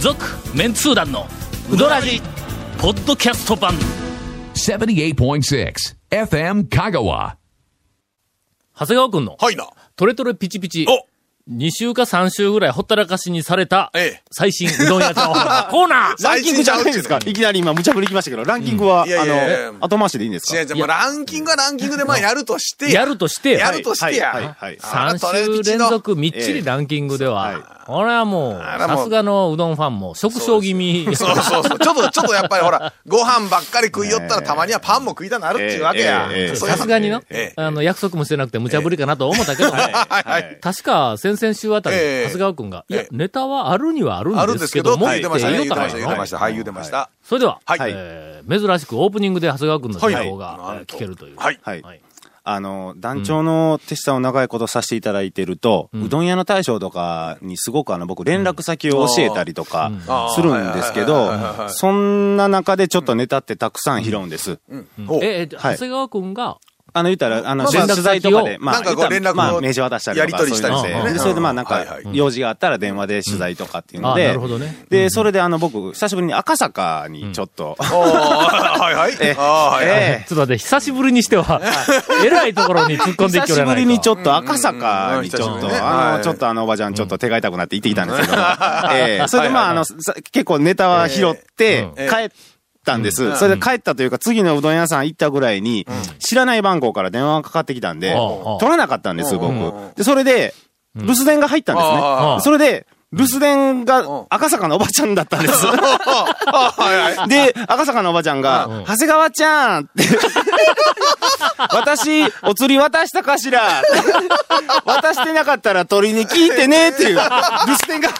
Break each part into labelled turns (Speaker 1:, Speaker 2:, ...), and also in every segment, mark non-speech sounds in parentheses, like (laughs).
Speaker 1: 続メンツー団のウドラジポッドキャスト版
Speaker 2: 78.6 FM Kagawa.
Speaker 1: 長谷川くんの
Speaker 3: はいな。
Speaker 1: トレトレピチピチ
Speaker 3: お
Speaker 1: 2週か3週ぐらいほったらかしにされた
Speaker 3: ええ
Speaker 1: 最新うどん屋
Speaker 3: (laughs)
Speaker 1: 情報コーナー
Speaker 4: ランキングじゃないんですか
Speaker 3: 最新ちゃうっていうね
Speaker 4: いきなり今無茶ぶりきましたけど、ランキングは、
Speaker 3: うんいやいやいや
Speaker 4: あの、後回しでいいんですか
Speaker 3: 違う違う、もうランキングはランキングでまあやるとして。
Speaker 1: やるとして、
Speaker 3: やるとしてや。
Speaker 4: はいはいはい
Speaker 3: あート
Speaker 1: 3
Speaker 3: レ
Speaker 1: 週
Speaker 3: ピチ
Speaker 1: 連
Speaker 3: の
Speaker 1: 続みっちりランキングで
Speaker 4: ええ
Speaker 1: は、これはもう、
Speaker 3: らもう
Speaker 1: さすがのうどんファンも、食傷気味。 (laughs)
Speaker 3: そうそうそう。ちょっと、ちょっとやっぱりほら、ご飯ばっかり食いよったらたまにはパンも食いたなるっていうわけや
Speaker 4: えええええ。え
Speaker 3: そういう
Speaker 1: さ
Speaker 3: 話
Speaker 1: すがにの
Speaker 3: ええ、
Speaker 1: あの、約束もしてなくて無茶ぶりかなと思ったけど、
Speaker 3: はいは
Speaker 4: はい
Speaker 3: い。
Speaker 1: 確か先々週あたり、
Speaker 3: ええ
Speaker 1: 長谷川くんが、いや
Speaker 3: え、え
Speaker 1: ネタはあるにはある
Speaker 3: ある
Speaker 1: んで
Speaker 3: んですす
Speaker 1: け
Speaker 3: け
Speaker 1: ど
Speaker 3: ど、
Speaker 1: も、
Speaker 3: 言
Speaker 1: っ
Speaker 3: っててましたね、
Speaker 1: 言
Speaker 3: 言
Speaker 1: う
Speaker 3: ったて
Speaker 1: か
Speaker 3: ま
Speaker 1: い
Speaker 3: した、
Speaker 1: の
Speaker 3: 言ってました。はい、言ってました。
Speaker 1: それでは、
Speaker 3: はい
Speaker 1: えー珍しくオープニングで長谷川くんの情報がえー聞けるという。
Speaker 3: はい。
Speaker 4: はい。
Speaker 1: はい
Speaker 4: あの、団長の手下を長いことさせていただいてると、うどん屋の大将とかにすごくあの、僕連絡先を教えたりとか
Speaker 3: あー
Speaker 4: するんですけ
Speaker 3: はいはいはいはいは
Speaker 4: ど、
Speaker 3: い
Speaker 4: そんな中でちょっとネタってたくさん拾うんです。
Speaker 3: お
Speaker 1: えー、
Speaker 4: はい
Speaker 1: 長谷川くんが、
Speaker 4: あの、言ったら、あの、
Speaker 1: まあまあ
Speaker 4: 取材とか
Speaker 1: 連絡先
Speaker 4: で、
Speaker 1: を
Speaker 4: ま
Speaker 3: な
Speaker 4: あ、
Speaker 3: んかこう
Speaker 4: 言ったら
Speaker 3: 連絡を
Speaker 4: まあ、名刺渡したりとか。
Speaker 3: やり取りしたりして
Speaker 4: そういうの
Speaker 3: ね
Speaker 4: で、それでまあ、なん
Speaker 3: は
Speaker 4: か
Speaker 3: いはい、
Speaker 4: 用事があったら電話で取材とかっていう
Speaker 1: あ
Speaker 4: の
Speaker 1: あ、
Speaker 4: で、
Speaker 1: なるほどね。
Speaker 4: で、それであの、僕、久しぶりに赤坂にちょっと、 (laughs)
Speaker 3: おーはいはい。
Speaker 4: え
Speaker 3: あーはいはい。
Speaker 4: え
Speaker 1: (laughs) ちょ
Speaker 4: え
Speaker 1: っと待って、久しぶりにしては、 (laughs) えらいところに突っ込んでい
Speaker 4: 久
Speaker 1: きよ
Speaker 4: し
Speaker 1: らな
Speaker 4: ぶ
Speaker 1: い
Speaker 4: り
Speaker 1: と
Speaker 4: にちょっと赤坂にち
Speaker 3: う
Speaker 4: ょ
Speaker 3: ん
Speaker 4: っ
Speaker 3: 久しぶりね
Speaker 4: と、あ
Speaker 3: はい
Speaker 4: の、ちょっとあのおばちゃんちょっと手が痛くなって行ってきたんですけど、 (laughs) ええそれでまああの、さ結構ネタは拾って
Speaker 3: ええ
Speaker 4: 帰ったんで
Speaker 3: う
Speaker 4: す。
Speaker 3: ん
Speaker 4: それで帰ったというか、次のうどん屋さん行ったぐらいに、知らない番号から電話がかかってきたん
Speaker 1: あ
Speaker 4: で
Speaker 1: あ、
Speaker 4: 取らなかったんです、僕
Speaker 3: うん。
Speaker 4: で、それで、留守電が入ったんですね
Speaker 3: あ
Speaker 1: あ。
Speaker 4: それで、留守電
Speaker 3: うん
Speaker 4: が赤坂のおばちゃんだった
Speaker 3: (laughs)
Speaker 4: んです。
Speaker 3: あーはいはい。
Speaker 4: (laughs) で、赤坂のおばちゃん
Speaker 1: うん
Speaker 4: が、長谷川ちゃんって。 (laughs) 私、お釣り渡したかしら (laughs) 渡してなかったら鳥に聞いて
Speaker 1: (laughs)
Speaker 4: ねっていう、留守電が、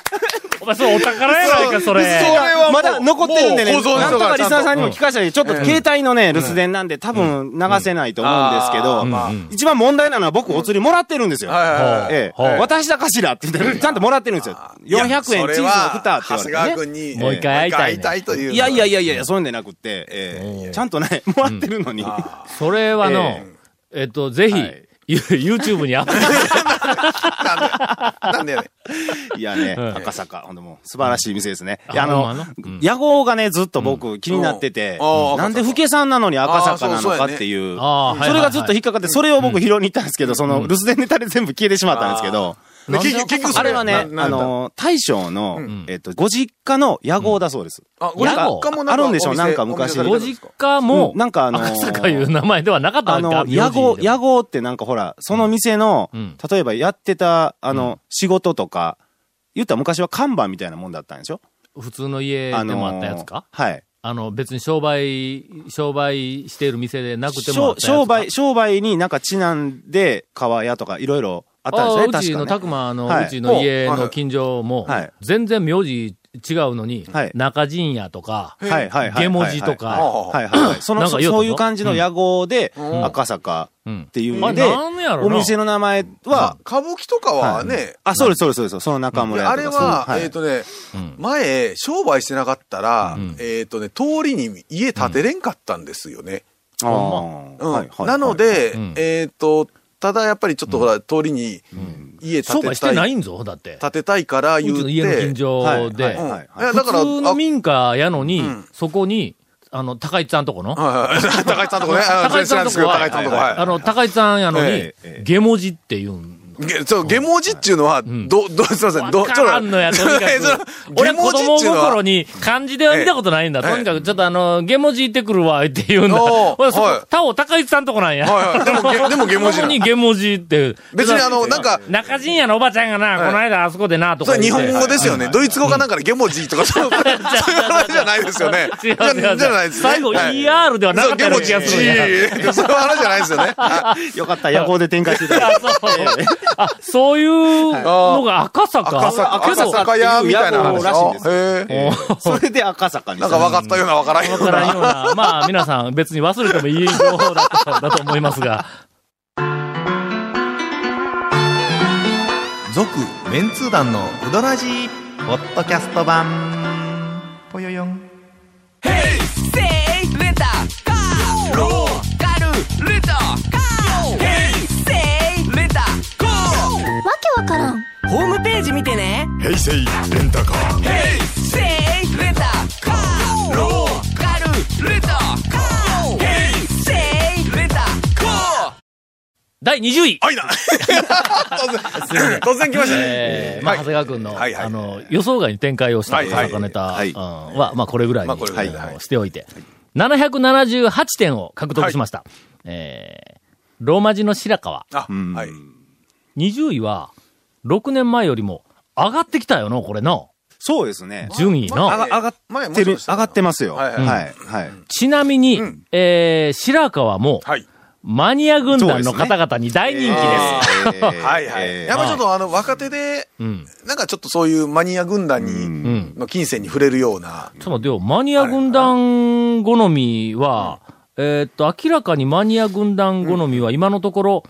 Speaker 1: お前、それお宝やないか、
Speaker 4: (laughs)
Speaker 1: それ。
Speaker 3: はもう
Speaker 4: まだ残ってるんでね、
Speaker 3: もう保存し
Speaker 4: なん
Speaker 3: と
Speaker 4: と
Speaker 3: か
Speaker 4: か
Speaker 3: ち
Speaker 4: リ
Speaker 3: ゃん
Speaker 4: ス
Speaker 3: と
Speaker 4: ナーさんにも聞かせて、ちょっと携帯のね、留守電なんで多分流せないと思うんですけ
Speaker 3: う
Speaker 4: ど
Speaker 3: んあーま、
Speaker 4: 一番問題なのは僕お釣りもらってるんですよ。
Speaker 3: はいはいはい。
Speaker 4: ええ
Speaker 1: はい
Speaker 4: 渡したかしらって言って、ちゃんともらってるんですよ。400円チーズの蓋って言われて、
Speaker 3: 長谷川君
Speaker 4: ね。
Speaker 3: に、
Speaker 1: もう一回会いたいね
Speaker 3: もう一回会いたいという。
Speaker 4: いやいやい
Speaker 3: や。
Speaker 4: やいや、そういうんじゃなくって、ええちゃんとね、もらってるのに。
Speaker 1: それはの、えっと、ぜひ
Speaker 4: はい、
Speaker 1: ゆ (laughs) YouTube にアッ
Speaker 4: (laughs)
Speaker 1: プ
Speaker 3: なんだよね。
Speaker 4: (laughs) いやね、
Speaker 1: ん
Speaker 4: 赤坂、ほんともう、素晴らしい店ですね。
Speaker 1: あ
Speaker 4: いやあ
Speaker 1: ほんま
Speaker 4: の
Speaker 1: なうん、
Speaker 4: 野号がね、ずっと僕気になってて
Speaker 3: うんあ、ー
Speaker 4: なんで
Speaker 3: 赤坂
Speaker 4: ふけさんなのに赤坂なのかってい
Speaker 1: あーそうそうやね
Speaker 4: う、
Speaker 1: あーはいはいはい
Speaker 4: それがずっと引っかかって、それを僕拾いに行ったんですけど、その留守電ネタで全部消えてしまったんですけど、
Speaker 3: で
Speaker 1: なんで
Speaker 3: 結局結局そ
Speaker 4: あれはね、
Speaker 3: な
Speaker 4: あ
Speaker 3: なんだ
Speaker 4: の、大将の、えっと、ご実家の野号だそうです。
Speaker 3: あ、ご実家もなんか
Speaker 4: あるんでしょ
Speaker 3: お店
Speaker 4: なんか昔
Speaker 3: お店
Speaker 1: ご
Speaker 3: されてるんです
Speaker 1: 実
Speaker 3: か
Speaker 1: 家も、
Speaker 4: うんなんかあのー
Speaker 1: 赤坂いう名前ではなかった
Speaker 4: あ
Speaker 1: わけ
Speaker 4: の、
Speaker 1: か
Speaker 4: 野号、
Speaker 1: 名字で
Speaker 4: 野号ってなんかほら、その店の
Speaker 1: うん、
Speaker 4: 例えばやってた、あの、仕事とか、言ったら昔は看板みたいなもんだったんでしょ
Speaker 1: 普通の家
Speaker 4: あ
Speaker 1: で
Speaker 4: の
Speaker 1: もあったやつか
Speaker 4: はい。
Speaker 1: あの、別に商売、商売している店でなくてもあっ
Speaker 4: 商
Speaker 1: たやつか。
Speaker 4: 商売、商売になんかちなんで、川屋とかいろいろあったん
Speaker 1: ああう
Speaker 4: です
Speaker 1: ち
Speaker 4: ね、
Speaker 1: のた
Speaker 4: 確か
Speaker 1: く
Speaker 4: ね。
Speaker 1: まの、
Speaker 4: はいう
Speaker 1: ちの家の近所も
Speaker 4: はい、
Speaker 1: 全然名字違うのに
Speaker 4: はい、
Speaker 1: 中陣屋とか、
Speaker 4: はいはいはい。
Speaker 1: 下文字とか、
Speaker 4: はい。はいはいはい。そ
Speaker 1: な
Speaker 4: の、
Speaker 1: んか
Speaker 4: そ
Speaker 1: 言うたぞ
Speaker 4: そういう感じの屋号で、
Speaker 3: うん
Speaker 4: 赤坂
Speaker 1: うん
Speaker 4: っ。ていう
Speaker 1: あ
Speaker 4: ので、
Speaker 1: なんやろな
Speaker 4: お店の名前は、
Speaker 3: 歌舞伎とかはね、
Speaker 4: あ、そうですそうですそうです。その中
Speaker 3: で
Speaker 4: 村屋
Speaker 3: あ
Speaker 4: とか
Speaker 3: れ
Speaker 4: そう
Speaker 3: は、
Speaker 4: い
Speaker 3: えっ
Speaker 4: う
Speaker 3: とね
Speaker 1: うん、
Speaker 3: 前、商売してなかったら
Speaker 1: うん、
Speaker 3: えっとね、通りに家建てれんかったんですよね。
Speaker 4: はいあー
Speaker 3: うん
Speaker 4: はいはいはい
Speaker 3: なので
Speaker 1: うん、
Speaker 3: えっと、ただやっぱりちょっとほら、通りに家建
Speaker 1: 商売
Speaker 3: て
Speaker 1: して
Speaker 3: た、
Speaker 1: ないいんぞ、だって。
Speaker 3: 建てたいから
Speaker 1: うち
Speaker 3: 言っ
Speaker 1: の家の
Speaker 3: て
Speaker 1: 近、所で。
Speaker 4: はい
Speaker 3: うんい
Speaker 4: はい
Speaker 3: や
Speaker 4: はい
Speaker 3: だ
Speaker 1: 普
Speaker 3: から、
Speaker 1: 通の民家やのに、
Speaker 3: うん
Speaker 1: そこに、あの、高市さんとこの、
Speaker 3: あはい (laughs) はい高市さんとこね、
Speaker 1: (laughs)
Speaker 3: あ
Speaker 1: 高市さんとこは
Speaker 3: 高市さんとこ、はい
Speaker 1: あの、高市さんやのに、
Speaker 3: え
Speaker 4: ええ
Speaker 1: 下文字っていうん。
Speaker 3: げそう、下文字っていうのは、
Speaker 1: ん
Speaker 3: ど、ど、すいません、ど、
Speaker 1: わからんのや、とにか
Speaker 3: (laughs) えその
Speaker 1: く。俺
Speaker 3: 下
Speaker 1: は子
Speaker 3: 文字
Speaker 1: 供
Speaker 3: っていうの
Speaker 1: 心
Speaker 3: は、
Speaker 1: に漢字では見たことないんだ。
Speaker 3: ええ
Speaker 1: とにかく、ちょっとあの、下文字行ってくるわ、って言うんだ。
Speaker 3: おー
Speaker 1: 俺そこ
Speaker 3: はい
Speaker 1: 他を高市さんとこなんや。
Speaker 3: はいはいでもげでも下文字な
Speaker 1: そこに下文字って。
Speaker 3: 別にあの、なんか、
Speaker 1: 中陣屋のおばちゃんがな、
Speaker 3: はい
Speaker 1: この間あそこでな、と
Speaker 3: そ
Speaker 1: か
Speaker 3: れ日
Speaker 1: 言って。
Speaker 3: 本語ですよね。ドイツ語かなんかでゲモジーとか、そう、そういう話じゃないですよね。
Speaker 1: 違う違
Speaker 3: じゃ
Speaker 1: う違う
Speaker 3: じゃないですね。
Speaker 1: 最後
Speaker 3: はい
Speaker 1: ER ではなか
Speaker 3: そ
Speaker 1: っ
Speaker 3: う、
Speaker 1: た
Speaker 3: ゲ
Speaker 1: よう
Speaker 3: モ
Speaker 1: な気
Speaker 3: ジ
Speaker 1: が
Speaker 3: ー。
Speaker 1: するんや。
Speaker 3: そういう話じゃないですよね。あ
Speaker 4: よかった、夜行で展開して
Speaker 1: (laughs)
Speaker 4: いただい
Speaker 1: あ、
Speaker 4: て
Speaker 1: そう。あ、そういうのが赤坂。
Speaker 3: 赤坂、
Speaker 1: けど
Speaker 3: 赤坂屋みたいな話
Speaker 4: らしいんです
Speaker 3: へえ
Speaker 4: えーそれで赤坂に
Speaker 3: なんか分かったような分からんよ
Speaker 1: わ
Speaker 3: う
Speaker 1: からん
Speaker 3: な。
Speaker 1: ような。まあ、皆さん別に忘れてもいい情報だっただと思いますが。
Speaker 5: 続メンツー団のウドラジーポッドキャスト版ぽよよん
Speaker 6: せいレンタカーローカルレンタカーヘイセイレンタカーわけわからんホームページ見てねヘイセイレンタカーヘイセイ
Speaker 1: 第20位。
Speaker 3: あいな突然、突然来ました
Speaker 1: え
Speaker 3: ね。
Speaker 1: ーまあ、長
Speaker 3: (laughs) はい
Speaker 1: 谷川君の、
Speaker 3: はいはい
Speaker 1: あの、予想外に展開をした
Speaker 3: はいはい
Speaker 1: 坂ネタは,、
Speaker 4: はい
Speaker 1: はまあ、これぐらいに、
Speaker 3: まあこれぐらいで
Speaker 1: あの
Speaker 3: はい
Speaker 1: しておいて、778点を獲得しました。えーローマ字の白川。
Speaker 3: あ、はい。
Speaker 1: 20位は、6年前よりも上がってきたよの、これの。
Speaker 4: そうですね。
Speaker 1: 順位の。
Speaker 4: あが上がっ
Speaker 3: 前もそ
Speaker 4: て
Speaker 3: う
Speaker 4: る、
Speaker 3: でした
Speaker 4: 上がってますよ。
Speaker 3: は
Speaker 4: はいい、
Speaker 3: はい
Speaker 4: はい、はい。
Speaker 1: ちなみに、えー白川も、
Speaker 3: はい。
Speaker 1: マニア軍団の方々に大人気です。
Speaker 4: えー
Speaker 3: はいはい。やっぱりちょっとあの、若手で、
Speaker 1: うん。
Speaker 3: なんかちょっとそういうマニア軍団に、
Speaker 1: うん。
Speaker 3: の金銭に触れるような。
Speaker 1: ちょっと待ってよ、マニア軍団好みは、えーっと、明らかにマニア軍団好みは今のところ、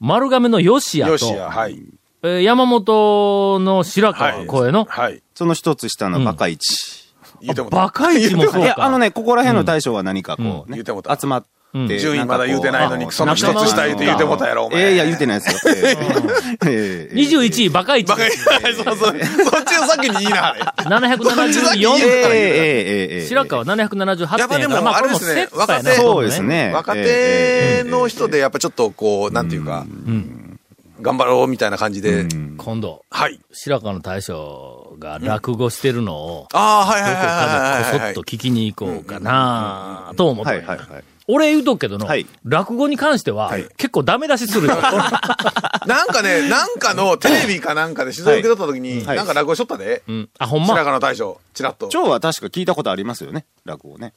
Speaker 1: 丸亀の吉谷
Speaker 3: よ
Speaker 1: と
Speaker 3: し、や、はい。
Speaker 1: えー山本の白
Speaker 3: は
Speaker 1: 川
Speaker 3: い。
Speaker 1: 声の、
Speaker 3: はい。
Speaker 4: その一つ下のバカイチ。
Speaker 3: 言うても
Speaker 1: バカイチもそう
Speaker 4: いや、あの
Speaker 1: か。
Speaker 4: ね、ここら辺の大将は何かこ
Speaker 1: う
Speaker 4: う、
Speaker 3: 言
Speaker 4: ね
Speaker 3: うてもうた
Speaker 4: 集まっ
Speaker 1: うん
Speaker 4: て。
Speaker 3: 順位まだ言うてないのに
Speaker 4: んか
Speaker 3: その一つ下言うて言うてもうたやろお前
Speaker 4: えーいや、言うてないです
Speaker 3: (laughs)
Speaker 4: よ。えーえ
Speaker 1: (laughs)
Speaker 4: ー
Speaker 1: 21位、バカイチ
Speaker 3: バ。カ、はいそうそう。そっちを先に言いな、あれ。
Speaker 1: 774
Speaker 4: えーえー
Speaker 1: 点。
Speaker 4: えーえー
Speaker 1: 白川778
Speaker 3: やっぱ
Speaker 1: 点
Speaker 3: で
Speaker 1: やから、
Speaker 3: も
Speaker 1: まあ
Speaker 3: あ
Speaker 1: こ
Speaker 3: れ
Speaker 1: れ
Speaker 3: で
Speaker 1: も
Speaker 3: すね
Speaker 1: セットや
Speaker 3: 若
Speaker 1: な。
Speaker 3: 手
Speaker 4: そうですね。
Speaker 3: 若
Speaker 4: えーえー
Speaker 3: 手の人で、やっぱちょっとこう、なんていうか、頑張ろうみたいな感じで。
Speaker 1: 今度、
Speaker 3: はい。
Speaker 1: 白川の大将が落語してるのを、
Speaker 3: ああ、はい
Speaker 1: ど
Speaker 3: は
Speaker 1: こ
Speaker 3: い
Speaker 1: か
Speaker 3: はい
Speaker 1: でこ
Speaker 3: は
Speaker 1: そ
Speaker 3: いは
Speaker 1: っ
Speaker 3: い
Speaker 1: と。聞きに行こうかなと思ってお
Speaker 4: はい
Speaker 1: り
Speaker 4: は
Speaker 1: ま
Speaker 4: い
Speaker 1: す。
Speaker 4: はい。
Speaker 1: 俺言うとくけどの、
Speaker 4: はい
Speaker 1: 落語に関しては、
Speaker 3: はい
Speaker 1: 結構ダメ出しするよ。
Speaker 3: (laughs) なんかね、なんかのテレビかなんかで取材受け取った時に、
Speaker 4: はい
Speaker 3: なんか落語しとったで
Speaker 1: う。ん、あ、ほん
Speaker 3: 白
Speaker 1: ま、
Speaker 3: 髪の大将、ちらっと。
Speaker 4: 蝶は確か聞いたことありますよね、落語ね。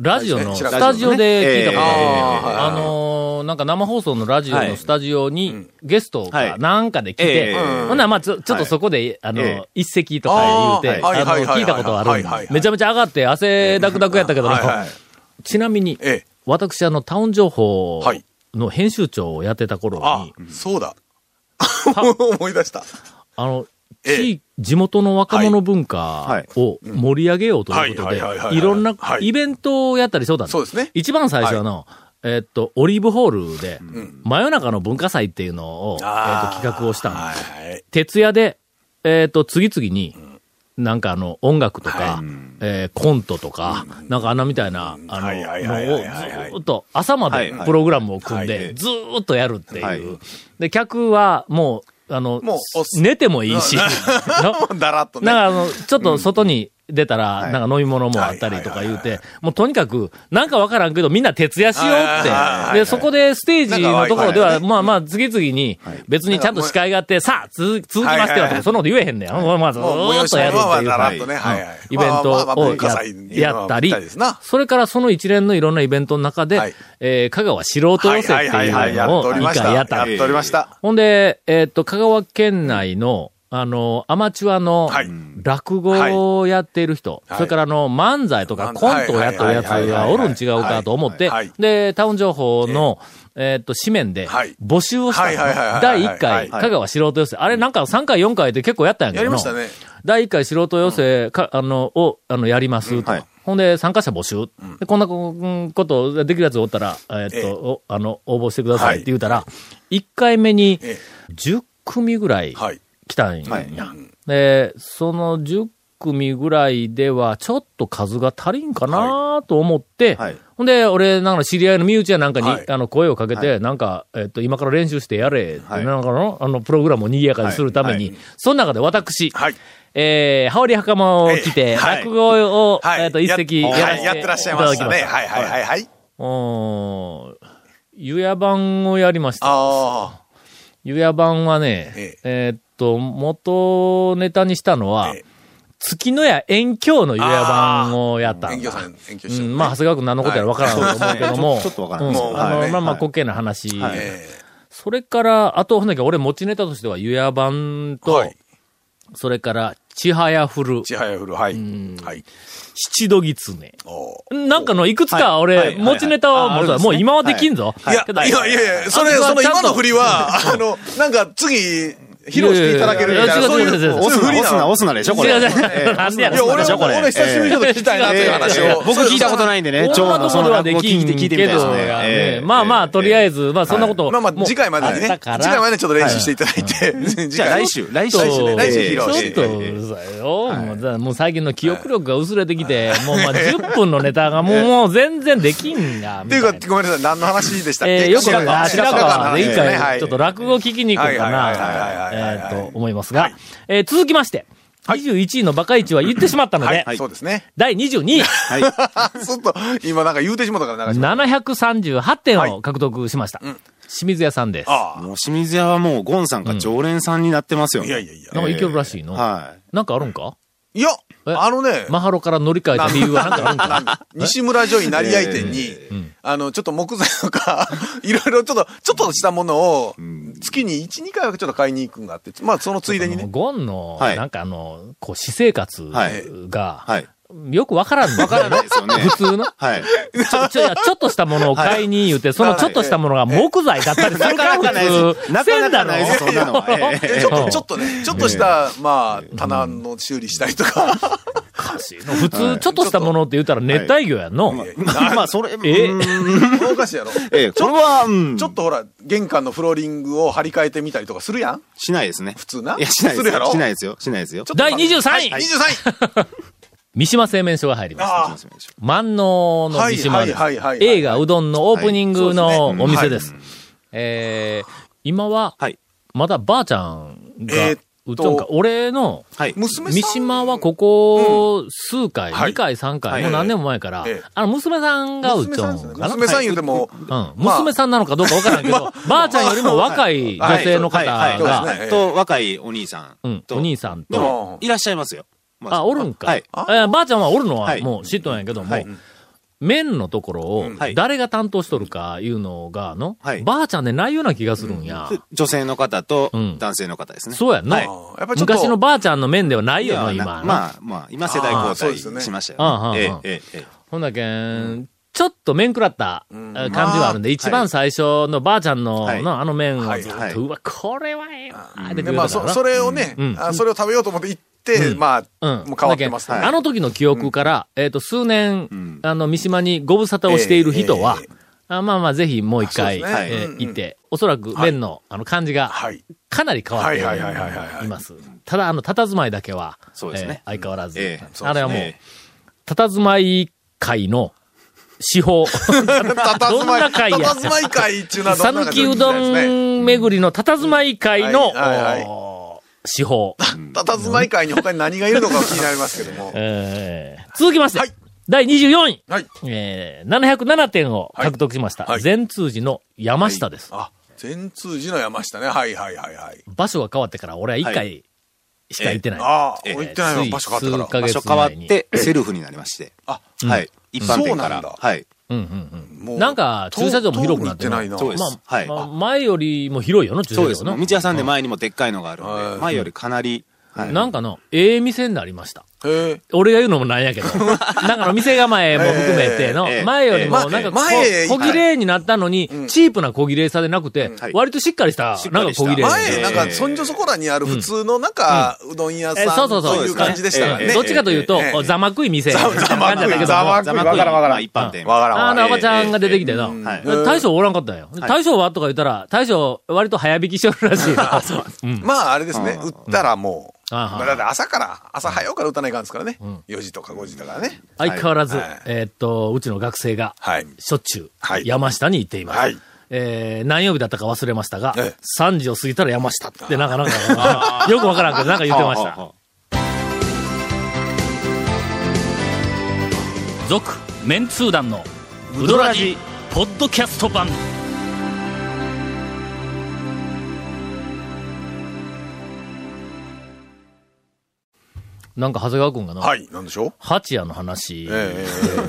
Speaker 1: ラジオの
Speaker 3: ね
Speaker 1: スタジオで聞いたことある、
Speaker 3: ええええ
Speaker 1: あのーなんか生放送のラジオのスタジオに、ゲスト
Speaker 4: は
Speaker 1: か
Speaker 4: い
Speaker 1: なんかで来て、
Speaker 4: ええ
Speaker 1: ほんならまあちょ、ちょっとそこで、あの、
Speaker 4: ええ
Speaker 1: 一席とか言うて、
Speaker 3: あーはい
Speaker 1: あの
Speaker 3: はいはいはい
Speaker 1: 聞いたことあるんで
Speaker 3: はいはいはい
Speaker 1: めちゃめちゃ上がって汗だくだくやったけどな、
Speaker 3: はいはい
Speaker 1: ちなみに、
Speaker 3: ええ
Speaker 1: 私、あの、タウン情報
Speaker 3: はい
Speaker 1: の編集長をやってた頃に、
Speaker 3: あ、そうだ。 (laughs) 思い出した。
Speaker 1: あの、
Speaker 3: ええ
Speaker 1: 地域地元の若者文
Speaker 4: は
Speaker 1: 化
Speaker 4: い
Speaker 1: を盛り上げようということ
Speaker 3: はいはいはいはいは
Speaker 1: で、
Speaker 3: い
Speaker 1: いろんな
Speaker 3: はい
Speaker 1: イベントをやったりそうだ
Speaker 3: そうですね
Speaker 1: 一番最初はあの、えっと、オリーブホールで、真夜中の文化祭っていうのを、えっと
Speaker 3: あー
Speaker 1: 企画をしたんです。
Speaker 3: はい。
Speaker 1: 徹夜で、えっと、次々に、なんかあの、音楽とか、えーコントとか、なんか穴みたいな、あの、
Speaker 3: はいはいはい
Speaker 1: のを
Speaker 3: はい
Speaker 1: ず
Speaker 3: はいはい
Speaker 1: ーっと朝ま
Speaker 4: はい
Speaker 1: で
Speaker 4: はい
Speaker 1: プログラムを組ん
Speaker 3: は
Speaker 1: で、
Speaker 4: い
Speaker 1: ずーっとやるって
Speaker 4: はい
Speaker 1: いう。で、客はもう、あの、
Speaker 3: もうおっ
Speaker 1: 寝てもいいし、
Speaker 3: な
Speaker 1: (laughs) の
Speaker 3: だらっとね。
Speaker 1: なんかあの、ちょっと外に出たら、
Speaker 4: い
Speaker 1: なんか飲み物もあったりとか言う
Speaker 3: はいはいはい
Speaker 1: て、もうとにかく、なんかわからんけど、みんな徹夜しよう
Speaker 3: はいはい
Speaker 1: っ
Speaker 3: は
Speaker 1: て。
Speaker 3: い
Speaker 1: で、そこでステージのところで
Speaker 3: な
Speaker 1: は、
Speaker 3: ん
Speaker 1: まあまあ、次々に、別にちゃんと司会があって、さあ、続続きま
Speaker 3: は
Speaker 1: す
Speaker 3: い
Speaker 1: よと
Speaker 3: はいは
Speaker 1: か、
Speaker 3: い
Speaker 1: そんなこと言えへんねん。もうまあ、ずーっとやるっていう
Speaker 3: まあまあだ
Speaker 1: か
Speaker 3: らっとね、はいはい。
Speaker 1: イベン
Speaker 3: まあまあ
Speaker 1: ト
Speaker 3: まあ
Speaker 1: を
Speaker 3: 文化祭っていう
Speaker 1: や
Speaker 3: の
Speaker 1: や
Speaker 3: は
Speaker 1: ったり
Speaker 3: ぴりですな、
Speaker 1: それからその一連のいろんなイベントの中
Speaker 3: は
Speaker 1: で
Speaker 3: い、
Speaker 1: えー香川素人寄せっていうのを一回やった
Speaker 3: や。っておりました。
Speaker 1: ほんで、えっ、と、香川県内の、あの、アマチュアの
Speaker 3: はい
Speaker 1: 落語をやっている人、
Speaker 3: はい
Speaker 1: それからあの、漫才とか
Speaker 3: 漫
Speaker 1: コ
Speaker 3: 才
Speaker 1: ントをやってるやつ
Speaker 3: はいはいはい
Speaker 1: が
Speaker 3: はい
Speaker 1: おるん違うかと思って
Speaker 3: はいはい、
Speaker 1: で、タウン情報の、えっと、紙面で
Speaker 3: はい、
Speaker 1: 募集をしたの
Speaker 3: はいはいはいはいはい
Speaker 1: 第1
Speaker 3: は
Speaker 1: 回、
Speaker 3: い
Speaker 1: 香川素人寄せ。あれ、なんか3回、4回で結構やったんやけど
Speaker 3: やり
Speaker 1: な
Speaker 3: ましたね。
Speaker 1: 第1回素人寄せか、あの、を、あの、やりますと。
Speaker 4: はい
Speaker 1: ほんで、参加者募集。でこんなこうんことできるやつおったら、えーっと、
Speaker 3: ええ
Speaker 1: おあの、応募してくださいって言うたら、1回目に
Speaker 3: え
Speaker 1: 10組ぐらい
Speaker 3: はい。
Speaker 1: 来たんや。
Speaker 4: はい
Speaker 1: で、その10組ぐらいでは、ちょっと数が足りんかなと思って、
Speaker 4: はい
Speaker 1: ほんで、俺、なんか知り合いの身内やなんかに、
Speaker 3: はい
Speaker 1: あの、声をかけて、
Speaker 4: は
Speaker 1: なんか、えっと、今から練習してやれって、
Speaker 4: はい
Speaker 1: なんかの、あの、プログラムを賑やかにするために、
Speaker 4: は
Speaker 1: その中で私、
Speaker 3: はい。
Speaker 1: えー、羽織袴を着
Speaker 3: え
Speaker 1: て、
Speaker 3: えはい
Speaker 1: 落語を、
Speaker 3: はい。
Speaker 1: えっ、と、一席や
Speaker 3: や
Speaker 1: ら
Speaker 3: は
Speaker 1: せ
Speaker 3: い
Speaker 1: て
Speaker 3: やってらっしゃいましたね。
Speaker 1: いただきま
Speaker 3: はいはいはいはい。
Speaker 1: うーん。湯屋版をやりました。
Speaker 3: あ
Speaker 1: 湯屋版はね、え
Speaker 3: え
Speaker 1: ーっと、元ネタにしたのは、
Speaker 3: ええ
Speaker 1: 月の屋遠鏡の湯屋版をやった
Speaker 3: あ。
Speaker 1: んだ
Speaker 3: 遠慮さん、遠慮
Speaker 1: う
Speaker 3: し
Speaker 1: ん、まあ、長谷川君何のことやら分からんと思うけど
Speaker 3: (laughs)
Speaker 1: も。
Speaker 4: はいそうですねちょっとちょっと分からん
Speaker 1: う
Speaker 3: もう
Speaker 1: あの、
Speaker 3: はい
Speaker 1: まあまあ、
Speaker 4: はい
Speaker 1: 滑稽な話、
Speaker 4: はい
Speaker 3: え
Speaker 1: それから、あと、ほんだけど俺持ちネタとしては、湯屋版
Speaker 3: え
Speaker 1: と、
Speaker 3: はい。
Speaker 1: それから、ちはやふる、
Speaker 3: ちはやふる、はい。はい。
Speaker 1: 七度ぎつね。
Speaker 3: おー
Speaker 1: なんかの、いくつか
Speaker 4: はいは
Speaker 1: 俺、
Speaker 4: い
Speaker 1: 持ちネタを
Speaker 4: はい
Speaker 1: 持つ
Speaker 4: ああるんです
Speaker 1: も
Speaker 4: ね
Speaker 1: う今はできんぞ。
Speaker 3: いや、いやいやいや、それ、
Speaker 1: あ
Speaker 3: そ
Speaker 1: とは
Speaker 3: の
Speaker 1: ちゃんと
Speaker 3: 今の振りは、あの、なんか次、披露していただけるみたい
Speaker 1: いや
Speaker 3: な、
Speaker 1: いや
Speaker 3: そうい
Speaker 1: 違う違う違う違
Speaker 3: う、
Speaker 1: う
Speaker 3: そ
Speaker 4: 押
Speaker 3: ういう
Speaker 4: すな、
Speaker 3: 不利
Speaker 4: 押すな、
Speaker 3: な。
Speaker 4: 押すなでしょ、こ
Speaker 1: い
Speaker 4: れ。
Speaker 1: やいやいやなんでや
Speaker 3: いや、俺
Speaker 4: 押すな
Speaker 3: も、俺久しぶりにちょっと聞きたい
Speaker 1: (laughs)
Speaker 3: なという話を。
Speaker 4: 僕聞いたことないんでね、
Speaker 1: こん
Speaker 4: 蝶
Speaker 1: な
Speaker 4: の
Speaker 1: と
Speaker 4: そ
Speaker 1: こ
Speaker 4: の
Speaker 1: ろは
Speaker 4: 落
Speaker 1: で
Speaker 4: 語聞
Speaker 1: き
Speaker 4: いて
Speaker 1: ん
Speaker 4: 聞いてみ
Speaker 1: け
Speaker 4: たいです
Speaker 1: ど
Speaker 4: ね
Speaker 1: がね。
Speaker 4: ええ。
Speaker 1: まあまあ、とりあえず、まあそんなこと。
Speaker 3: まあまあ、次回までに
Speaker 1: あった
Speaker 3: ね。
Speaker 1: から
Speaker 3: 次回までにちょっと練習していただいて。次回
Speaker 4: じゃあ来週、来週
Speaker 1: ちょっ
Speaker 3: 週
Speaker 1: と
Speaker 3: ね来週披露して
Speaker 1: ちょっとうるさいよ。もうだもう最近の記憶力が薄れてきて、もうまあ10分のネタがもうもう全然できんが。みた
Speaker 3: とい
Speaker 1: いうな
Speaker 3: か、ごめんなさい、何の話でしたっけ
Speaker 1: えー、よく
Speaker 3: 白
Speaker 1: あ
Speaker 3: 川
Speaker 1: 白川で一
Speaker 3: ねは
Speaker 1: 回、
Speaker 3: い
Speaker 1: ちょっと落語聞きに行こうか
Speaker 3: はいはい
Speaker 1: な
Speaker 3: はいはいはい、
Speaker 1: え
Speaker 3: は
Speaker 1: ーと、
Speaker 3: い
Speaker 1: 思いますが、えー続きまして、21位のバカイチは言ってしまったので
Speaker 3: は、い、そうですね。 (laughs)
Speaker 1: 第22位、
Speaker 3: ずっと、今なんか言うてしもたから流しました
Speaker 1: 738点を獲得しました。清水屋さんです。
Speaker 3: あ
Speaker 4: もう清水屋はもう、ゴンさんが常連さんになってますよ
Speaker 3: あ。
Speaker 4: ね。
Speaker 3: いやいやいや。
Speaker 1: なんかいけるらしいの。
Speaker 4: は
Speaker 1: なんかあるんか
Speaker 3: いや、
Speaker 1: え
Speaker 3: あのね、
Speaker 1: マハロから乗り換えた理由はなんかあるん
Speaker 4: (laughs)
Speaker 1: か
Speaker 3: なんか西村女医成合店に、あの、ちょっと木材とか、 (laughs) いろいろちょっと、ちょっとしたものを、月に1、2回はちょっと買いに行くんがあって、まあそのついでに
Speaker 1: あの
Speaker 3: ね。
Speaker 1: ゴンの、
Speaker 4: はい
Speaker 1: なんかあの、こう、私生活
Speaker 4: はい
Speaker 1: が、
Speaker 4: はい
Speaker 1: よくわからんの。わから
Speaker 4: い。ないですよね。
Speaker 1: 普通の。
Speaker 3: (laughs)
Speaker 4: はい。
Speaker 1: ちょ、ちょ、いやちょっとしたものを買いに言って、そのちょっとしたものが木材だったりする
Speaker 4: な
Speaker 1: から、
Speaker 4: かなかないで
Speaker 1: 普
Speaker 4: す。
Speaker 1: 通。
Speaker 4: なかなかないで
Speaker 1: せ
Speaker 4: す、そん
Speaker 1: んだ
Speaker 4: なのは。え
Speaker 1: (laughs)
Speaker 3: えちょっと、ちょっとね、ちょっとした、まあ、棚の修理したりと
Speaker 1: (laughs)
Speaker 3: か、
Speaker 1: ろ普通、ちょっとしたものって言ったら熱帯魚やんの。
Speaker 3: (laughs)
Speaker 4: えまあまあ、それ、
Speaker 1: え
Speaker 4: うん
Speaker 3: おかしいやろ。ち
Speaker 4: ええ、これは、うん
Speaker 3: ょっとほら、玄関のフローリングを張り替えてみたりとかするやん
Speaker 4: しないですね。普
Speaker 3: 通ない
Speaker 4: や、しないです
Speaker 3: するや
Speaker 4: よ。
Speaker 3: ろ
Speaker 4: しないですよ。しないですよ。ちょっ
Speaker 1: 第23位、
Speaker 3: はい、23位
Speaker 1: 三島製麺所が入りました。
Speaker 3: ああ
Speaker 4: と、
Speaker 1: 万能の三島です
Speaker 3: はいはいはいはいはい
Speaker 1: 映画うどんのオープニングの
Speaker 3: はいそうですね
Speaker 1: お店です。えー、今は、
Speaker 4: はい。
Speaker 1: まだばあちゃんが、
Speaker 3: えーっと
Speaker 1: うどんか、俺の、
Speaker 4: はい。
Speaker 3: 娘さん。
Speaker 1: 三島はここ数回、
Speaker 3: はい
Speaker 1: 2回、3
Speaker 4: は
Speaker 1: 回、
Speaker 4: い
Speaker 1: もう何年も前から
Speaker 3: ええ、
Speaker 1: あの、娘さんがう
Speaker 3: 娘
Speaker 1: ど
Speaker 3: さん
Speaker 1: ん
Speaker 3: ですね
Speaker 1: かな。
Speaker 3: 娘さん言うても、
Speaker 1: うん。
Speaker 3: まあ
Speaker 1: 娘さんなのかどうかわから
Speaker 3: (laughs)
Speaker 1: んけど、ばあちゃんよりも若い女性の方
Speaker 4: はいはい
Speaker 3: そう
Speaker 1: が、
Speaker 3: ですね
Speaker 4: と、若いお兄さ
Speaker 1: うんん、
Speaker 4: と。
Speaker 1: お兄さん
Speaker 4: で
Speaker 1: と、
Speaker 4: も、いらっしゃいますよ。ま
Speaker 1: あ、おるんか。
Speaker 4: は
Speaker 1: え
Speaker 4: い。
Speaker 1: ーばあちゃんはおるのは
Speaker 4: はい
Speaker 1: もう知っとんやけど
Speaker 4: は
Speaker 1: も
Speaker 4: い、
Speaker 1: 麺のところを
Speaker 4: んはい
Speaker 1: 誰が担当しとるかいうのが、の
Speaker 4: はい、
Speaker 1: ばあちゃんでないような気がするんや。
Speaker 4: 女性の方と
Speaker 1: うん
Speaker 4: 男性の方ですね。
Speaker 1: そうやんの
Speaker 4: はい。
Speaker 3: ああやっぱりちょっと、
Speaker 1: 昔のばあちゃんの麺ではないよ
Speaker 4: や
Speaker 1: な、
Speaker 4: な
Speaker 1: 今。
Speaker 4: まあまあ、今世代
Speaker 3: あ
Speaker 4: 交
Speaker 3: あそうです
Speaker 4: 代
Speaker 3: ね
Speaker 4: しました
Speaker 1: ああああ
Speaker 4: よね。え
Speaker 1: ああ
Speaker 4: えええええ
Speaker 1: ほんだけん、ちょっと面食らったえ
Speaker 3: ん
Speaker 1: ー感じはあるんで、一番最初のばあちゃんの、
Speaker 4: はい
Speaker 1: のあの麺をず
Speaker 4: は
Speaker 1: っ
Speaker 4: い
Speaker 1: と、うわ、これはええわ、で
Speaker 3: でまあ、そそれをね、
Speaker 1: うん
Speaker 3: あそれを食べようと思って行って、まあ、もう変わってます
Speaker 1: だ
Speaker 3: ね
Speaker 1: けんあの時の記憶から、えっ、と、数年、あの、三島にご無沙汰をしている人は、
Speaker 3: えええ
Speaker 1: あまあまあ、ぜひもう一回、
Speaker 3: あそうです
Speaker 4: ね
Speaker 1: えー
Speaker 3: うんうん
Speaker 1: 行って、おそらく麺の、あの感じが、
Speaker 3: はい
Speaker 1: かなり変わって
Speaker 3: はいはいはいはいはいはい
Speaker 1: います。ただ、あの、佇まいだけは、
Speaker 4: そうですね
Speaker 1: えー相変わらず、
Speaker 4: ええ
Speaker 1: あれはもう、
Speaker 4: え
Speaker 1: 佇まい界の、司法。
Speaker 3: たた
Speaker 1: ど
Speaker 3: ず
Speaker 1: ん
Speaker 3: ま、
Speaker 1: ない会や
Speaker 3: たたずまい会っていうのはど
Speaker 1: さ
Speaker 3: ん (laughs) な
Speaker 1: ぬ
Speaker 3: 感
Speaker 1: き
Speaker 3: じ
Speaker 1: うどん巡りの佇まい会の、
Speaker 3: うんはいはいはい
Speaker 1: お司
Speaker 3: (laughs)
Speaker 1: 法。
Speaker 3: たたずまい会に他に何がいるのか気になりますけども。
Speaker 1: えー続きまして、
Speaker 3: はい
Speaker 1: 第24位、
Speaker 3: はい。
Speaker 1: えー、707点を獲得しました。
Speaker 3: はいはい
Speaker 1: 全通寺の山下です、
Speaker 3: あ、全通寺の山下ね。はいはいはいはい。
Speaker 1: 場所が変わってから俺は1
Speaker 4: は
Speaker 1: 回しか行ってない。
Speaker 3: ああ、
Speaker 4: ええ
Speaker 3: 俺行ってない
Speaker 1: つい
Speaker 3: の場所変わっ
Speaker 1: 数
Speaker 3: てか
Speaker 1: ヶ
Speaker 4: 場
Speaker 1: 月
Speaker 4: 所変わっ
Speaker 1: 前に
Speaker 4: て、セルフになりまして。
Speaker 3: ら。あ、
Speaker 4: はい。一般店か
Speaker 3: そうなんだ
Speaker 4: ら。はい。
Speaker 1: うんうん
Speaker 3: も
Speaker 1: う。
Speaker 3: うん
Speaker 1: なんか、駐車場も広くなって
Speaker 3: 遠くに
Speaker 1: る
Speaker 3: 行ってないな。
Speaker 4: そうです
Speaker 1: まあ、
Speaker 4: はい
Speaker 1: まあ前よりも広いよな、駐車
Speaker 4: そ
Speaker 1: 場
Speaker 4: う
Speaker 1: な
Speaker 4: です。もう道屋さんで前にもでっかいのがあるん
Speaker 3: は
Speaker 4: で、
Speaker 3: い
Speaker 4: 前よりかなり、はい
Speaker 1: なんかの、ええ店になりました。
Speaker 3: へ
Speaker 1: 俺が言うのもなんやけ
Speaker 4: (laughs)
Speaker 1: ど。なんかの店構えも含めての
Speaker 4: ええええ、
Speaker 1: 前よりも
Speaker 3: ええ
Speaker 1: なんかこ
Speaker 3: ま前へ
Speaker 1: 小切れになったのに、チープな小切れさでなくて
Speaker 4: はい、
Speaker 1: 割としっかりした
Speaker 4: し、っ
Speaker 1: なん
Speaker 4: か
Speaker 1: か
Speaker 4: りした
Speaker 1: 小切
Speaker 3: え。
Speaker 1: れ。
Speaker 3: 前、
Speaker 4: え
Speaker 3: なんか、そんじょそこらにある普通の、なんか、うどん屋
Speaker 1: え
Speaker 3: さん、
Speaker 1: そうそうそう。
Speaker 3: という感じでしたから
Speaker 1: ええ
Speaker 3: ね。
Speaker 1: どっちかというと
Speaker 3: ええ、
Speaker 1: おざまくい店。
Speaker 3: ざざまくい
Speaker 1: 感じだったけども
Speaker 3: ざまくい
Speaker 4: ざまくい
Speaker 3: わからんわからん
Speaker 4: まあ一般店。
Speaker 3: わからんわ
Speaker 1: あ
Speaker 3: からん
Speaker 1: の、赤ちゃんが出てきてな。
Speaker 4: はい
Speaker 1: え大将おらんかったんよ。大将はとか言ったら、大将割と早引きしよるらし
Speaker 3: (laughs)
Speaker 1: いな。
Speaker 3: まあ、あれですね。売ったらもう。
Speaker 1: ああ
Speaker 3: まあだって朝から、朝早うから打たないかんですからね。4時とか5時とかね。
Speaker 1: 相変わらず
Speaker 3: はい、
Speaker 1: えーっと、うちの学生が、
Speaker 3: はい。
Speaker 1: しょっちゅう
Speaker 3: はい、
Speaker 1: 山下に行っています。
Speaker 3: はい
Speaker 1: えー何曜日だったか忘れましたが、
Speaker 3: ええ
Speaker 1: 3時を過ぎたら山下って、なんか、なん
Speaker 3: (laughs)
Speaker 1: か、よくわからんけど、なんか言ってまし
Speaker 4: はあはあ
Speaker 1: た
Speaker 4: は。あ
Speaker 1: 続、メンツー団の、ウドラジ、ポッドキャスト版。なんか、長谷川くんがな、
Speaker 3: はい。なんでしょう
Speaker 1: 八夜の話、
Speaker 3: え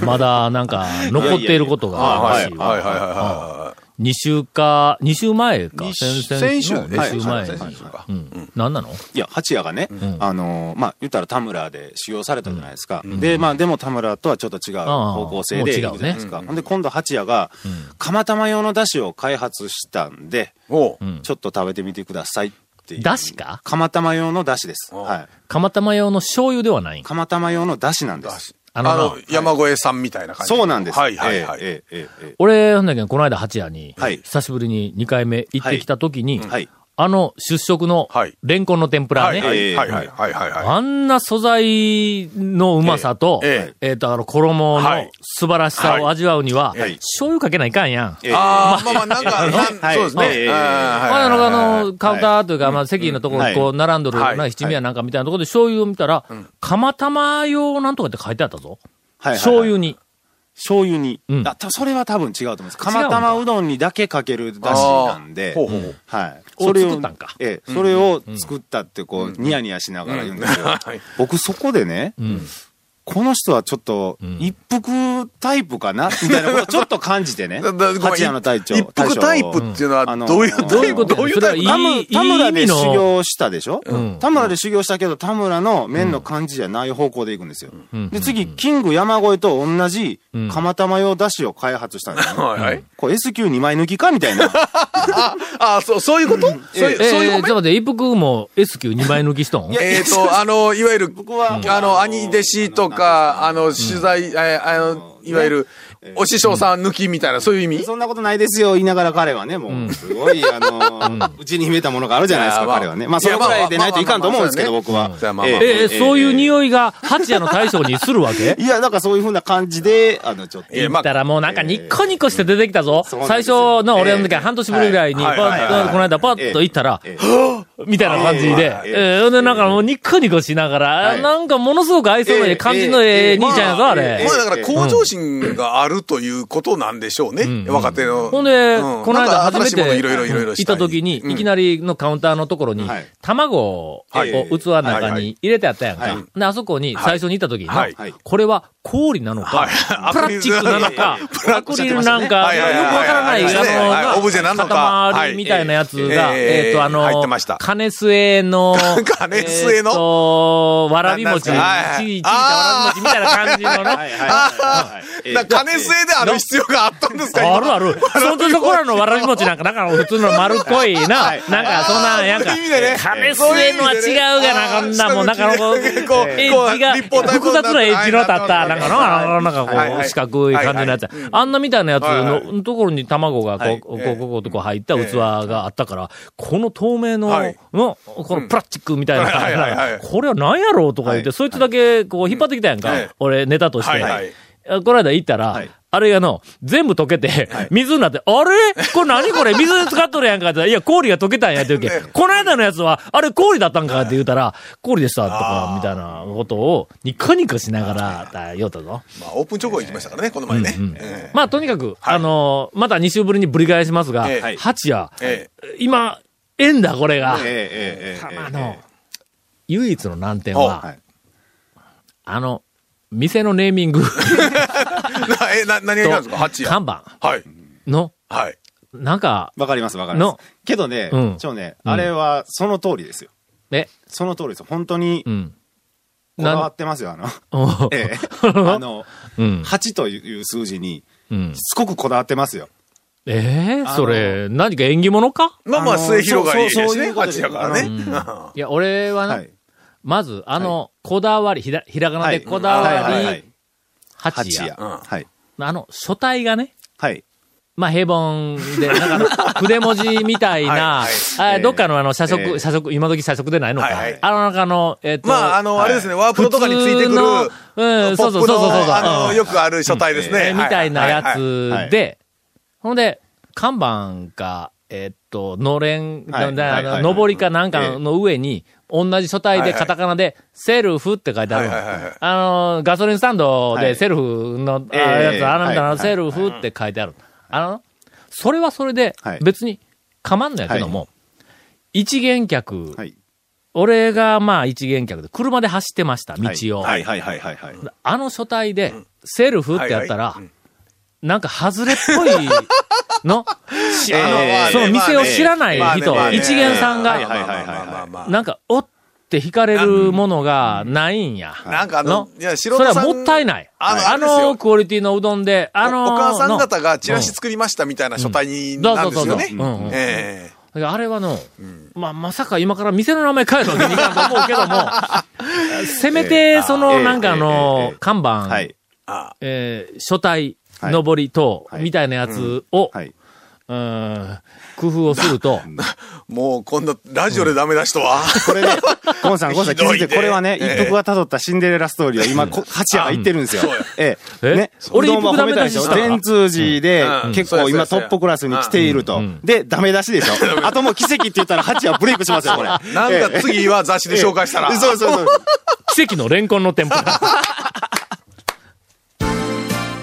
Speaker 1: まだなんか残っていることがあるらしいわ
Speaker 3: はいはいはいは
Speaker 1: 二週か、二週前か、
Speaker 3: 二
Speaker 1: 先々
Speaker 3: 先週
Speaker 1: の
Speaker 3: ね
Speaker 1: 二週
Speaker 3: は
Speaker 1: 前
Speaker 3: い
Speaker 1: に。
Speaker 3: 先々週か
Speaker 1: うん。何なの
Speaker 4: いや、八谷がね、あのーまあ、言ったら田村で使用されたじゃないですか。で、まあ、でも田村とはちょっと違う方向性で
Speaker 1: あ
Speaker 4: い
Speaker 1: あ
Speaker 4: くじゃないですか。ほんで、今度八谷が、釜玉用の出汁を開発したんで、
Speaker 3: い。おう。
Speaker 1: ん
Speaker 4: ちょっと食べてみてくださいっっていう。
Speaker 1: だしか
Speaker 4: 釜玉用のだしです。は
Speaker 1: 釜玉用の醤油ではないん
Speaker 4: い。釜玉用のだしなんです。
Speaker 1: あ
Speaker 3: あ
Speaker 1: のな
Speaker 3: の、山越えさんみたいな感じ。
Speaker 4: そうなんです。
Speaker 3: はいはいはい。
Speaker 4: えええええ
Speaker 1: 俺、なんだけど、この間八谷に、
Speaker 4: はい
Speaker 1: 久しぶりに2回目行ってきた時に、
Speaker 4: えはい。
Speaker 1: あの出食の
Speaker 3: はい、
Speaker 1: レンコンの天ぷら
Speaker 3: はい
Speaker 1: ね、
Speaker 3: はい
Speaker 4: えー
Speaker 3: はいはいはいはいはい。
Speaker 1: あんな素材のうまさと、え
Speaker 3: え
Speaker 1: っ、と、あの、衣
Speaker 3: はい
Speaker 1: の素晴らしさを味わうには、
Speaker 4: はい
Speaker 1: 醤油かけないかんやん。
Speaker 4: ええ
Speaker 3: あーまあまあ、なんか、なん
Speaker 4: はい
Speaker 3: そうですね。
Speaker 4: はい
Speaker 3: うん
Speaker 1: まあ、
Speaker 3: は
Speaker 1: ないんか
Speaker 3: はいはい
Speaker 1: あの、カウンターというか、まあ、席のところ
Speaker 4: は
Speaker 1: に
Speaker 4: い
Speaker 1: こう、並んどる、
Speaker 3: はい
Speaker 1: なんか七味やなんかみたいなところで醤油を見たら、釜玉用なんとかって書いてあったぞ。
Speaker 4: はいはいはい
Speaker 1: 醤油に。
Speaker 4: 醤油に。
Speaker 1: うん
Speaker 4: あ、たそれは多分違うと思います。
Speaker 1: んだ
Speaker 4: 釜玉うどんにだけかけるだしなんで。
Speaker 3: あーほうほうほう
Speaker 4: はい。
Speaker 1: を
Speaker 4: それを
Speaker 1: 作ったんか
Speaker 4: ええ、それを作ったってこう、ニヤニヤしながら言うんですよ。僕そこでね、この人はちょっと、一服タイプかなみたいなことをちょっと感じて
Speaker 3: (laughs)
Speaker 4: ね。
Speaker 3: だだごめん
Speaker 4: 八谷の隊長。
Speaker 3: 一服タイプっていうのは
Speaker 4: うん
Speaker 3: どういう
Speaker 4: あの
Speaker 3: どういう
Speaker 4: どういうこと
Speaker 3: どういうタイ
Speaker 1: それ
Speaker 3: プ
Speaker 4: 田
Speaker 1: はい
Speaker 4: 村
Speaker 1: い
Speaker 4: 田村
Speaker 1: いい意味
Speaker 4: で
Speaker 1: の
Speaker 4: 修行したでしょ、
Speaker 1: ん
Speaker 4: 田村で修行したけど、田村の麺の感じじゃない方向で行くんですよ。で、次、キング山越えと同じ、釜玉用だしを開発したんですよ、
Speaker 3: はいはい。
Speaker 4: これ S q 二枚抜きかみたいな。
Speaker 3: ああ、そう、そういうことそういう、
Speaker 1: えー
Speaker 3: そういう
Speaker 1: ちょっと待って、一服も S 級2枚抜きしとん
Speaker 3: えっと、あの、いわゆる、
Speaker 4: 僕は、
Speaker 3: あの、兄弟子とか、あの、取材、えーあの、いわゆる、お師匠さん抜きみたいな、そういう意味
Speaker 4: そんなことないですよ、言いながら彼はね、もう、すごい、あの、うちに秘めたものがあるじゃないです
Speaker 3: い
Speaker 4: か、
Speaker 3: やまあ
Speaker 4: 彼はね。まあ、
Speaker 3: い
Speaker 4: そ
Speaker 3: や
Speaker 4: れぐらいでないといかんと思うんですけど、
Speaker 3: まあ
Speaker 4: 僕は。
Speaker 3: まあまあまあ
Speaker 4: え
Speaker 1: えー、そういう匂いが八夜の大将にするわけ
Speaker 4: いや、だからそういうふうな感じで、あの、ちょっと。
Speaker 3: ええま
Speaker 1: だ
Speaker 3: あ
Speaker 1: からもうなんかニッコニコして出てきたぞ。
Speaker 4: そうなん
Speaker 1: 最
Speaker 4: ですよ
Speaker 1: 初の俺の
Speaker 4: え
Speaker 1: 時
Speaker 4: え
Speaker 1: は半年ぶりぐらいに、パ
Speaker 3: はいはいはい
Speaker 1: ッ
Speaker 3: は
Speaker 1: と、
Speaker 3: い
Speaker 1: この間パッと行ったら、
Speaker 4: ええ
Speaker 1: はぁみたいな感じで、
Speaker 4: ええ
Speaker 1: ええ、ほんでなんかもうニッコニコしながら、
Speaker 4: い
Speaker 1: なんかものすごく愛想の
Speaker 4: え
Speaker 1: い
Speaker 4: え
Speaker 1: い感じのええ
Speaker 4: ええ
Speaker 1: 兄ちゃんやぞ、あ
Speaker 4: え
Speaker 1: れ
Speaker 4: え
Speaker 3: ま。あだから向上心があるということなんでしょうね。若手の。
Speaker 1: ほんで、
Speaker 3: うん
Speaker 1: この間
Speaker 3: なん
Speaker 1: 初
Speaker 3: か
Speaker 1: め
Speaker 3: 新しいもの
Speaker 1: て
Speaker 3: いろいろいろいろ
Speaker 1: 行った時に、いき
Speaker 3: な
Speaker 1: なりのカウンターのところに
Speaker 4: はい、
Speaker 1: 卵をこ
Speaker 4: はいう
Speaker 1: 器の中に入れてあったやん
Speaker 4: はいは
Speaker 1: か。で、あそこに最初に行った時
Speaker 3: はい
Speaker 4: はい
Speaker 1: に、これは氷なのか
Speaker 3: はい、、
Speaker 1: プラスチックなのか
Speaker 3: プ
Speaker 1: ア
Speaker 3: ラ
Speaker 1: ク
Speaker 3: ス
Speaker 4: チ
Speaker 1: リ
Speaker 4: ック
Speaker 1: ル
Speaker 4: な
Speaker 1: な
Speaker 4: のか
Speaker 1: んか、
Speaker 3: はいはいはい
Speaker 1: よくわからない、
Speaker 3: はいはいはい
Speaker 1: あ
Speaker 3: はい
Speaker 1: の、
Speaker 3: オブジェなのかは
Speaker 1: 塊
Speaker 3: い
Speaker 1: みたいなやつが、
Speaker 3: ええ
Speaker 1: えっと、あの
Speaker 3: 入ってまし、た
Speaker 1: 金末の、
Speaker 3: 金末の
Speaker 1: えっと、わらび餅、ち
Speaker 3: ななんすかはいはい
Speaker 1: ぎちぎたわらび餅みたいな感じの
Speaker 4: はい
Speaker 1: ね。
Speaker 4: はいはいはい
Speaker 3: (laughs)
Speaker 4: ええ
Speaker 3: だから金製である必要があったんですか今
Speaker 1: あるある。そのところのわらび餅なんか、なんか普通の丸っこいな、なんかそんな、なんか
Speaker 3: (laughs) そういう意味でね、
Speaker 1: 金末のは違うがな、こんなもん、なんかこう、
Speaker 3: こう
Speaker 1: エ
Speaker 3: こう
Speaker 1: ッジが、
Speaker 3: 立方体の
Speaker 1: 複雑なエッジの立った、
Speaker 3: はい
Speaker 1: なんかの、あのなん
Speaker 3: は
Speaker 1: かこ
Speaker 3: いは
Speaker 1: う、
Speaker 3: い
Speaker 1: 四角い感じのやつや
Speaker 3: はいはい。
Speaker 1: あんなみたいなやつ
Speaker 3: はいは
Speaker 1: のところに卵がこう、こう、
Speaker 3: はい
Speaker 1: こう、こう、こう入った器があったから、この透明の
Speaker 3: はい、
Speaker 1: の、このプラスチックみたいな感じ
Speaker 3: はいはいは
Speaker 1: ないこれは何やろうとか言っ
Speaker 4: は
Speaker 1: て、そいつだけこう引っ張ってきたやんか
Speaker 3: はい。
Speaker 1: 俺、ネタとし
Speaker 3: は
Speaker 1: て
Speaker 3: いはい。
Speaker 1: あこの間行ったら、
Speaker 4: はい
Speaker 1: あれがの、全部溶けて、水になって、あれこれ何これ水に使っとるやんかって言ったらいや、氷が溶けたんやって言うけ、この間のやつは、あれ氷だったんかって言うたら、氷でしたとか、みたいなことを、ニコニコしながら、だ言うたぞ。
Speaker 3: まあ、オープン直後に行きましたからね、この前ね。ええ
Speaker 1: まあ、とにかく、あのーまた2週ぶりにぶり返しますが、
Speaker 3: ええ
Speaker 4: はい
Speaker 1: 八夜、
Speaker 3: え
Speaker 1: 今、縁だ、これが。
Speaker 4: ええええええ
Speaker 1: たまの、唯一の難点
Speaker 3: は
Speaker 1: は、
Speaker 4: はい
Speaker 1: あの、店のネーミング、
Speaker 3: えな (laughs) え、な、何がいたんですか八や。
Speaker 1: 看板
Speaker 3: はい。
Speaker 1: の、
Speaker 3: はい。
Speaker 1: なんか、
Speaker 4: わかりますわかります
Speaker 1: の。
Speaker 4: けどね
Speaker 1: うん、
Speaker 4: ちょね、
Speaker 1: うん
Speaker 4: あれはその通りですよ。
Speaker 1: え、
Speaker 4: その通りですよ。本当に
Speaker 1: う、ん。
Speaker 4: こだわ
Speaker 1: な
Speaker 4: ってますよ、あの。
Speaker 1: ん、
Speaker 4: ええ。あの、
Speaker 1: うん。
Speaker 4: 8という数字に、
Speaker 1: うん
Speaker 4: し。つこくこだわってますよ。
Speaker 1: ええ
Speaker 4: あの
Speaker 1: それ、何か縁起物か
Speaker 3: まあまあ、
Speaker 4: あの
Speaker 3: 末広がりです
Speaker 4: そうそうそうい
Speaker 3: ね、
Speaker 4: うことです
Speaker 3: 八やからね。 (laughs)
Speaker 1: いや、俺はな、
Speaker 4: はい。
Speaker 1: まず、あの、こだわり、ひら、ひらがな
Speaker 4: は
Speaker 1: で
Speaker 4: い。
Speaker 1: こだ
Speaker 4: は
Speaker 1: わ
Speaker 4: いはいは
Speaker 1: り
Speaker 4: い、
Speaker 1: 八
Speaker 4: 八
Speaker 1: や
Speaker 4: や。。はい。
Speaker 1: あの、書体がね、
Speaker 4: はい。
Speaker 1: まあ、平凡で、なんか、筆文字みたいな、あどっかのあの、社
Speaker 4: え
Speaker 1: 食、
Speaker 4: え
Speaker 1: 社食、今時社食でないのか。
Speaker 3: はいはい
Speaker 1: あの、なんかあの、えっ、と、
Speaker 3: まあ、あの、あれですね、ワープロとかについて
Speaker 1: 普通
Speaker 3: くる、
Speaker 1: のうんそ
Speaker 3: ポ
Speaker 1: う
Speaker 3: ッ
Speaker 1: そうそう
Speaker 3: プ
Speaker 1: そうそう
Speaker 3: の、あ
Speaker 1: う
Speaker 3: の、
Speaker 1: ん
Speaker 3: よくある書体です
Speaker 1: え
Speaker 3: ね。
Speaker 1: ーみたいなや
Speaker 3: はい。
Speaker 1: つ
Speaker 4: はいはい
Speaker 1: で、ほんで、看板か、えーっと、のれん、
Speaker 4: はい
Speaker 1: な
Speaker 4: はい
Speaker 1: な
Speaker 4: はい
Speaker 1: のぼりかなんかの上に、同じ書体
Speaker 3: は
Speaker 1: で
Speaker 3: いはい
Speaker 1: カタカナで、セルフって書いてあるの
Speaker 3: はいはいはいはい
Speaker 1: あの、ガソリンスタンド
Speaker 4: は
Speaker 1: で
Speaker 4: い
Speaker 1: セルフの、あ
Speaker 4: えー
Speaker 1: やつ、あのみたい
Speaker 4: は
Speaker 1: ないセルフって書いてある。あの、それはそれで
Speaker 4: はい、
Speaker 1: 別に構んないけども、一元客、
Speaker 4: はい。
Speaker 1: 俺がまあ一元客で、車で走ってました、道を。
Speaker 4: はいはいはいはいはい。
Speaker 1: あの書体で、セルフってやったら、
Speaker 3: はいはい
Speaker 1: なんか外れっぽい
Speaker 3: (laughs)
Speaker 1: の、しあの
Speaker 4: えーまあね
Speaker 1: その店を知らない
Speaker 3: まあね
Speaker 1: 人、
Speaker 3: まあね
Speaker 1: 一元さん
Speaker 3: は
Speaker 4: はい
Speaker 1: が、
Speaker 4: い
Speaker 3: はいはいはいはい。まあ
Speaker 1: なんか、おって惹かれるものがないんや。
Speaker 3: なんかあの、い
Speaker 1: そ
Speaker 3: や、素
Speaker 1: れ
Speaker 3: 人
Speaker 1: は
Speaker 3: さん。
Speaker 1: もったいない。
Speaker 3: あの、
Speaker 1: あ
Speaker 3: あれですよ
Speaker 1: のクオリティのうどんで、あの
Speaker 3: おお母さん
Speaker 1: の
Speaker 3: 方がチラシ作りましたみたいな書体に
Speaker 1: うん
Speaker 3: なんで
Speaker 1: そ
Speaker 3: すよ
Speaker 1: うそうそううん
Speaker 3: ね。え
Speaker 1: だからあれはの、まあ、まさか今から店の名前変えるわけにいかんと思うけ
Speaker 3: (laughs)
Speaker 1: ども、せめ
Speaker 4: え
Speaker 1: て、
Speaker 4: え
Speaker 1: そ
Speaker 4: あ
Speaker 1: の、
Speaker 4: ええ
Speaker 1: なんかあ
Speaker 4: えええ
Speaker 1: の
Speaker 4: え、
Speaker 1: 看板、
Speaker 4: はい。
Speaker 3: あ
Speaker 1: えー書体、
Speaker 4: はい
Speaker 1: 上り等、
Speaker 4: はい
Speaker 1: みたいなやつを、
Speaker 4: はい。
Speaker 1: うん工夫をすると、
Speaker 3: もう、今度、ラジオでダメ出しとは。
Speaker 4: これ
Speaker 3: (laughs)
Speaker 4: ね、ゴンさん、ゴンさん気づい
Speaker 3: ひどい
Speaker 4: て、
Speaker 3: ね
Speaker 4: これはね、
Speaker 3: ええ
Speaker 4: 一服が辿ったシンデレラストーリーは今、こ八夜が言ってるんですよ
Speaker 3: そうや。
Speaker 4: え
Speaker 1: え
Speaker 4: え。ね。
Speaker 1: 俺
Speaker 4: うどんは
Speaker 1: 一服
Speaker 4: 褒めたでしょ。
Speaker 1: ダメ出しした
Speaker 4: 全通寺で
Speaker 3: うん、
Speaker 4: 結
Speaker 3: うん
Speaker 4: 構
Speaker 3: そうや
Speaker 4: 今
Speaker 3: そ
Speaker 4: ト
Speaker 3: うや
Speaker 4: ップクラスに来ていると。で、ダメ出しで
Speaker 3: (laughs)
Speaker 4: しょ。あともう奇跡って言ったら八夜ブレイクしますよ、これ。
Speaker 3: なんか次は雑誌で紹介したら。
Speaker 4: ええそうそうそう。
Speaker 1: 奇跡のレンコンの店舗。
Speaker 7: (laughs)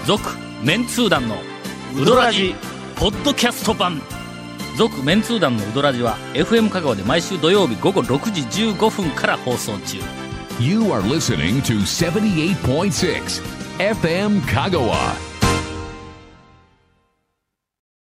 Speaker 7: 続メンツー団のウドラジポッドキャスト版続メンツー団のウドラジは FM 香川で毎週土曜日午後6時15分から放送中
Speaker 2: You are listening to 78.6 FM Kagawa.